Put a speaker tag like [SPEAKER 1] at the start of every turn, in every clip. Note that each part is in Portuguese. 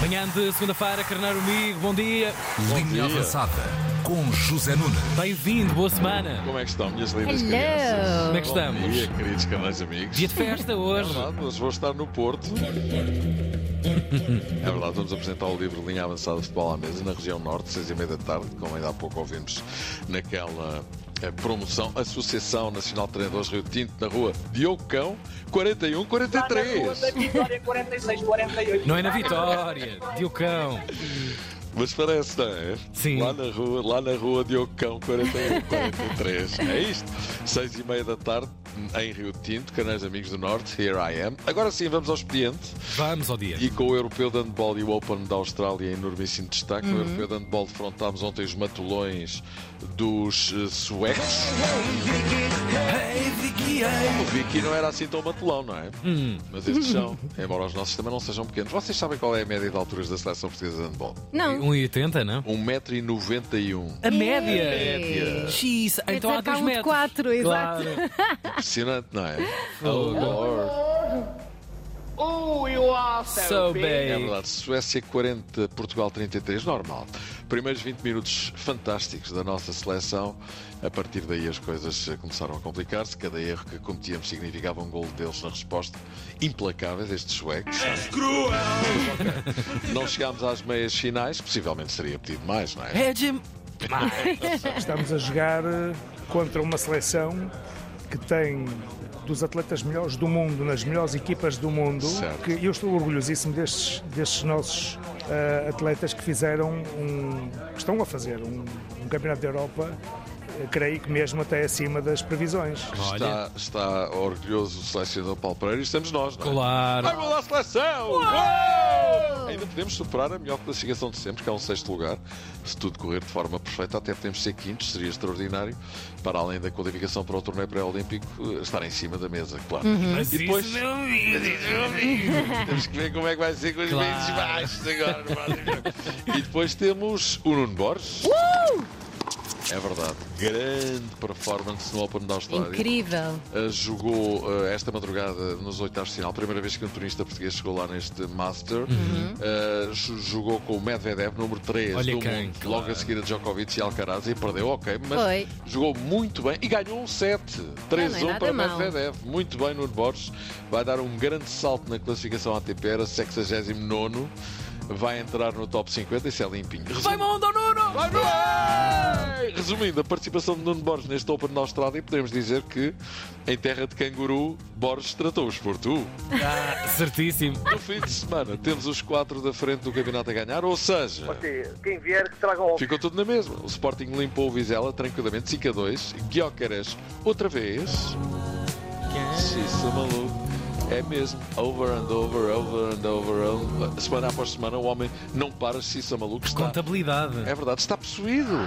[SPEAKER 1] Manhã de segunda-feira, Carneiro Amigo, bom dia.
[SPEAKER 2] Linha Avançada com José Nunes.
[SPEAKER 1] Bem-vindo, boa semana.
[SPEAKER 3] Como é que estão, minhas lindas
[SPEAKER 4] Hello.
[SPEAKER 3] crianças?
[SPEAKER 1] Como é que
[SPEAKER 3] Bom
[SPEAKER 1] estamos?
[SPEAKER 3] dia, queridos canais amigos.
[SPEAKER 1] Dia de festa
[SPEAKER 3] É
[SPEAKER 1] hoje.
[SPEAKER 3] verdade, hoje vou estar no Porto. É verdade, vamos apresentar o livro Linha Avançada de Futebol à Mesa na região norte, seis e meia da tarde, como ainda há pouco ouvimos naquela eh, promoção Associação Nacional de Treinadores Rio Tinto, na rua Diogo Cão, 4143.
[SPEAKER 5] Vitória 46, 48.
[SPEAKER 1] Não é na Vitória, Diocão.
[SPEAKER 3] Mas parece, não é?
[SPEAKER 1] Sim.
[SPEAKER 3] Lá na rua, lá na rua Diogo Cão, 41, 43. é isto. Seis e meia da tarde, em Rio Tinto, Canais Amigos do Norte, Here I Am. Agora sim, vamos ao expediente.
[SPEAKER 1] Vamos ao dia.
[SPEAKER 3] E com o Europeu de Handball e o Open da Austrália em enormíssimo destaque, no Europeu de Handball defrontámos ontem os matulões dos eh, suecos. O Vicky não era assim tão matulão, não é? Mas estes são, embora os nossos também não sejam pequenos. Vocês sabem qual é a média de alturas da seleção portuguesa de handball?
[SPEAKER 4] Não.
[SPEAKER 1] 1,80, não?
[SPEAKER 3] 1,91m.
[SPEAKER 1] A média.
[SPEAKER 4] Ei.
[SPEAKER 1] X, então há
[SPEAKER 4] dizer que há
[SPEAKER 1] 2
[SPEAKER 4] um de
[SPEAKER 1] metros.
[SPEAKER 4] quatro,
[SPEAKER 1] Claro.
[SPEAKER 4] exato.
[SPEAKER 3] Impressionante, não é? Oh, Lord.
[SPEAKER 5] Oh, you are
[SPEAKER 1] So
[SPEAKER 3] É
[SPEAKER 1] bem.
[SPEAKER 3] verdade. Suécia 40, Portugal 33, normal. Primeiros 20 minutos fantásticos da nossa seleção. A partir daí as coisas eh, começaram a complicar-se. Cada erro que cometíamos significava um gol deles na resposta. Implacáveis estes suecos. é? Não chegámos às meias finais. Possivelmente seria pedido mais, não é?
[SPEAKER 1] Hedgem.
[SPEAKER 6] Estamos a jogar eh, contra uma seleção que tem dos atletas melhores do mundo, nas melhores equipas do mundo.
[SPEAKER 3] Certo.
[SPEAKER 6] Que eu estou orgulhosíssimo destes, destes nossos eh, atletas que fizeram um. que estão a fazer um, um campeonato da Europa, eh, creio que mesmo até acima das previsões.
[SPEAKER 3] Está, está orgulhoso o selecionador Paulo Pereira e estamos nós, não é? Vai
[SPEAKER 1] Claro.
[SPEAKER 3] mudar a seleção! Gol! Ainda podemos superar a melhor classificação de sempre, que é um sexto lugar. Se tudo correr de forma perfeita, até podemos ser quintos, seria extraordinário. Para além da qualificação para o torneio pré-olímpico, eh, estar em cima da mesa, claro.
[SPEAKER 1] Uhum. Mas
[SPEAKER 3] E depois-
[SPEAKER 1] isso, é um meu amigo.
[SPEAKER 3] é um Temos que ver como é que vai ser com os
[SPEAKER 1] Claro.
[SPEAKER 3] países baixos agora. no próximo. e depois temos o Nuno Borges. É verdade, grande performance no Open da Austrália.
[SPEAKER 4] Incrível.
[SPEAKER 3] Uh, jogou uh, esta madrugada nos oitavos de final, primeira vez que um turista português chegou lá neste
[SPEAKER 4] Uhum.
[SPEAKER 3] Master. Uh, ju- jogou com o Medvedev, número 3
[SPEAKER 1] Olha
[SPEAKER 3] do
[SPEAKER 1] quem,
[SPEAKER 3] mundo,
[SPEAKER 1] claro.
[SPEAKER 3] logo a seguir a Djokovic e Alcaraz, e perdeu, ok, mas
[SPEAKER 4] Foi. é
[SPEAKER 3] jogou muito bem e ganhou um 7. 3-1
[SPEAKER 4] nada
[SPEAKER 3] para
[SPEAKER 4] mau.
[SPEAKER 3] Medvedev. Muito bem, Nuno Borges. Vai dar um grande salto na classificação ATP, era 69. Vai entrar no top 50, isso é limpinho.
[SPEAKER 1] Vai, Mondo Nuno!
[SPEAKER 3] Vai, vai! Resumindo, a participação de Nuno Borges neste Open na Austrália, podemos dizer que em terra de canguru, Borges tratou-os por tu.
[SPEAKER 1] Ah, certíssimo.
[SPEAKER 3] No fim de semana, temos os quatro da frente do campeonato a ganhar, ou seja,
[SPEAKER 5] Quem vier que traga o
[SPEAKER 3] ficou tudo na mesma. O Sporting limpou o Vizela tranquilamente 5 a 2. Guiocares outra vez. Xissa maluco. É mesmo, over and over, over and over, over. semana após semana, o homem não para, Xissa maluco. Está
[SPEAKER 1] Contabilidade.
[SPEAKER 3] é verdade, está possuído.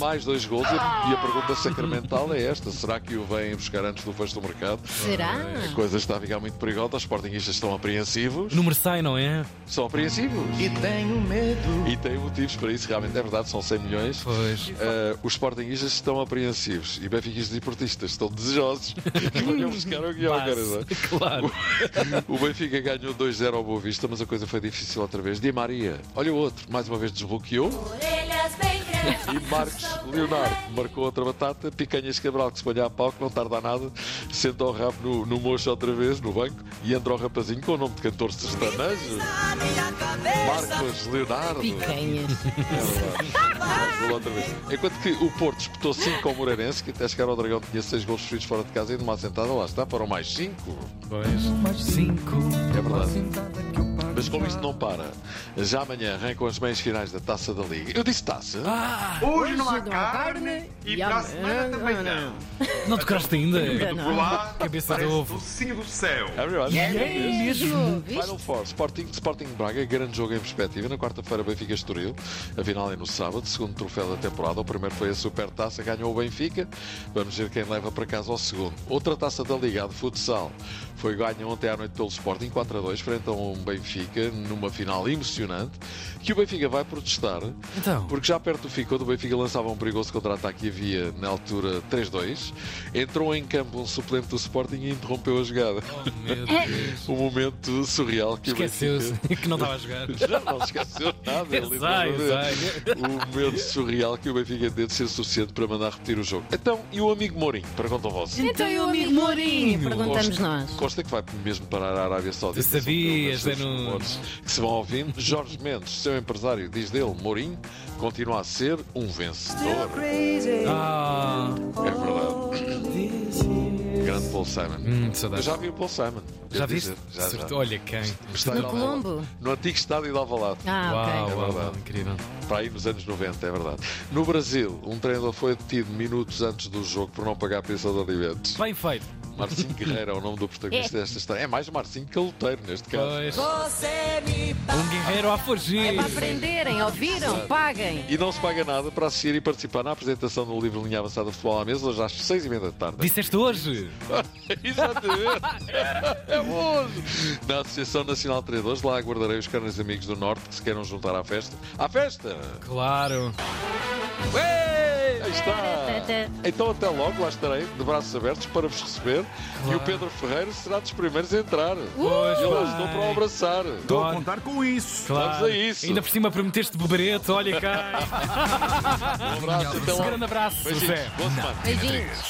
[SPEAKER 3] Mais dois gols e a, e a pergunta sacramental é esta: será que o vêm buscar antes do fecho do mercado?
[SPEAKER 4] Será?
[SPEAKER 3] A coisa está a ficar muito perigosa. Os sportinguistas estão apreensivos.
[SPEAKER 1] Número 100, não é?
[SPEAKER 3] São apreensivos. E tenho medo. E têm motivos para isso, realmente. É verdade, são 100 milhões.
[SPEAKER 1] Pois.
[SPEAKER 3] Ah, os sportinguistas estão apreensivos e benfiquistas e portistas estão desejosos que venham buscar o guião, cara. não é?
[SPEAKER 1] Claro.
[SPEAKER 3] O Benfica ganhou 2-0 ao Boa Vista, mas a coisa foi difícil outra vez. Di Maria, olha o outro, mais uma vez desbloqueou. E Marcos Leonardo marcou outra batata. Picanhas Cabral, que se põe a pau, que não tarda a nada, senta o rabo no, no mocho outra vez, no banco, e entra o rapazinho com o nome de cantor sertanejo. Marcos Leonardo.
[SPEAKER 4] Picanhas.
[SPEAKER 3] É verdade. Mais golo outra vez. Enquanto que o Porto disputou 5 ao Moreirense, que até chegar ao Dragão tinha 6 gols feridos fora de casa e numa assentada, lá está, foram mais 5.
[SPEAKER 1] Pois. 5.
[SPEAKER 3] É verdade. Mas como isto não para, já amanhã arrancam as meias finais da taça da Liga. Eu disse taça?
[SPEAKER 7] Hoje não há
[SPEAKER 4] não há carne
[SPEAKER 7] carne e
[SPEAKER 4] e
[SPEAKER 7] para a
[SPEAKER 4] amanhã
[SPEAKER 7] semana também
[SPEAKER 4] não,
[SPEAKER 7] não.
[SPEAKER 1] Não tocaste ainda?
[SPEAKER 4] Ainda não. é?
[SPEAKER 7] Por lá,
[SPEAKER 1] Cabeça de
[SPEAKER 7] parece
[SPEAKER 1] ovo.
[SPEAKER 7] docinho do céu.
[SPEAKER 3] Everyone.
[SPEAKER 4] Mesmo, viste?
[SPEAKER 3] Final Four, Sporting, Sporting Braga, grande jogo em perspectiva. Na quarta-feira, Benfica Estoril. A final é no sábado, segundo troféu da temporada. O primeiro foi a Super Taça, ganhou o Benfica. Vamos ver quem leva para casa o segundo. Outra taça da Liga, a de futsal. Foi ganho ontem à noite pelo Sporting 4 a 2 frente a um Benfica numa final emocionante que o Benfica vai protestar
[SPEAKER 1] Então.
[SPEAKER 3] porque já perto do fim, quando o Benfica lançava um perigoso contra-ataque e havia na altura 3-2, entrou em campo um suplente do Sporting e interrompeu a jogada.
[SPEAKER 1] Meu
[SPEAKER 4] É.
[SPEAKER 1] Deus.
[SPEAKER 3] Um momento surreal que o
[SPEAKER 1] Esqueceu-se que não estava a jogar.
[SPEAKER 3] já não esqueceu nada.
[SPEAKER 1] Eu
[SPEAKER 3] ele
[SPEAKER 1] sei, eu
[SPEAKER 3] literalmente. O momento surreal que o Benfica tem de ser suficiente para mandar repetir o jogo. Então, e o amigo Mourinho? Perguntam vocês.
[SPEAKER 4] Então, e o amigo Mourinho? Perguntamos
[SPEAKER 3] Costa,
[SPEAKER 4] nós.
[SPEAKER 3] Costa que vai mesmo parar a Arábia Saudita.
[SPEAKER 1] Tu sabias,
[SPEAKER 3] São pelos
[SPEAKER 1] é no-
[SPEAKER 3] rumores Que se vão ouvindo. Jorge Mendes, seu empresário, diz dele: Mourinho continua a ser um vencedor.
[SPEAKER 1] Ah,
[SPEAKER 3] É verdade. Grande Paul Simon.
[SPEAKER 1] hum,
[SPEAKER 3] Eu
[SPEAKER 1] saudades.
[SPEAKER 3] já vi o Paul Simon.
[SPEAKER 1] Já
[SPEAKER 3] Devo
[SPEAKER 1] viste?
[SPEAKER 3] dizer, Já, já.
[SPEAKER 1] Olha quem.
[SPEAKER 3] Estádio
[SPEAKER 4] No
[SPEAKER 3] de Alvalade.
[SPEAKER 4] Colombo?
[SPEAKER 3] No antigo estádio de Alvalade.
[SPEAKER 4] Ah,
[SPEAKER 1] Uau,
[SPEAKER 4] ok.
[SPEAKER 1] uau,
[SPEAKER 3] É
[SPEAKER 1] uau,
[SPEAKER 3] verdade.
[SPEAKER 1] incrível.
[SPEAKER 3] para aí nos anos 90, é verdade. No Brasil, um treinador foi detido minutos antes do jogo por não pagar a pensão de alimentos.
[SPEAKER 1] Bem feito.
[SPEAKER 3] Marcinho Guerreiro é o nome do protagonista desta história. É mais Marcinho que luteiro, neste caso.
[SPEAKER 1] Pois. Um guerreiro a fugir.
[SPEAKER 4] Para aprenderem, ouviram? Paguem.
[SPEAKER 3] E não se paga nada para assistir e participar na apresentação do livro Linha Avançada de Futebol à Mesa, hoje às 6 e meia da tarde.
[SPEAKER 1] Disseste hoje?
[SPEAKER 3] Exatamente. é hoje. Na Associação Nacional de Treinadores, lá aguardarei os caros amigos do Norte que se queiram juntar à festa. À festa!
[SPEAKER 1] Claro.
[SPEAKER 3] Aí está. Então até logo, lá estarei, de braços abertos, para vos receber. E o Pedro Ferreira será dos primeiros a entrar.
[SPEAKER 1] Pois
[SPEAKER 3] Eu lá
[SPEAKER 1] bem.
[SPEAKER 3] estou para o abraçar.
[SPEAKER 7] Estou a
[SPEAKER 1] Claro.
[SPEAKER 7] contar com isso.
[SPEAKER 1] Claro.
[SPEAKER 3] Vamos a isso.
[SPEAKER 1] Ainda por cima prometeste beberete, olha cá.
[SPEAKER 3] Um abraço, até
[SPEAKER 1] Um
[SPEAKER 3] logo.
[SPEAKER 1] grande abraço,
[SPEAKER 3] Beijinhos,
[SPEAKER 1] Zé.
[SPEAKER 3] boa semana.
[SPEAKER 4] Beijinhos.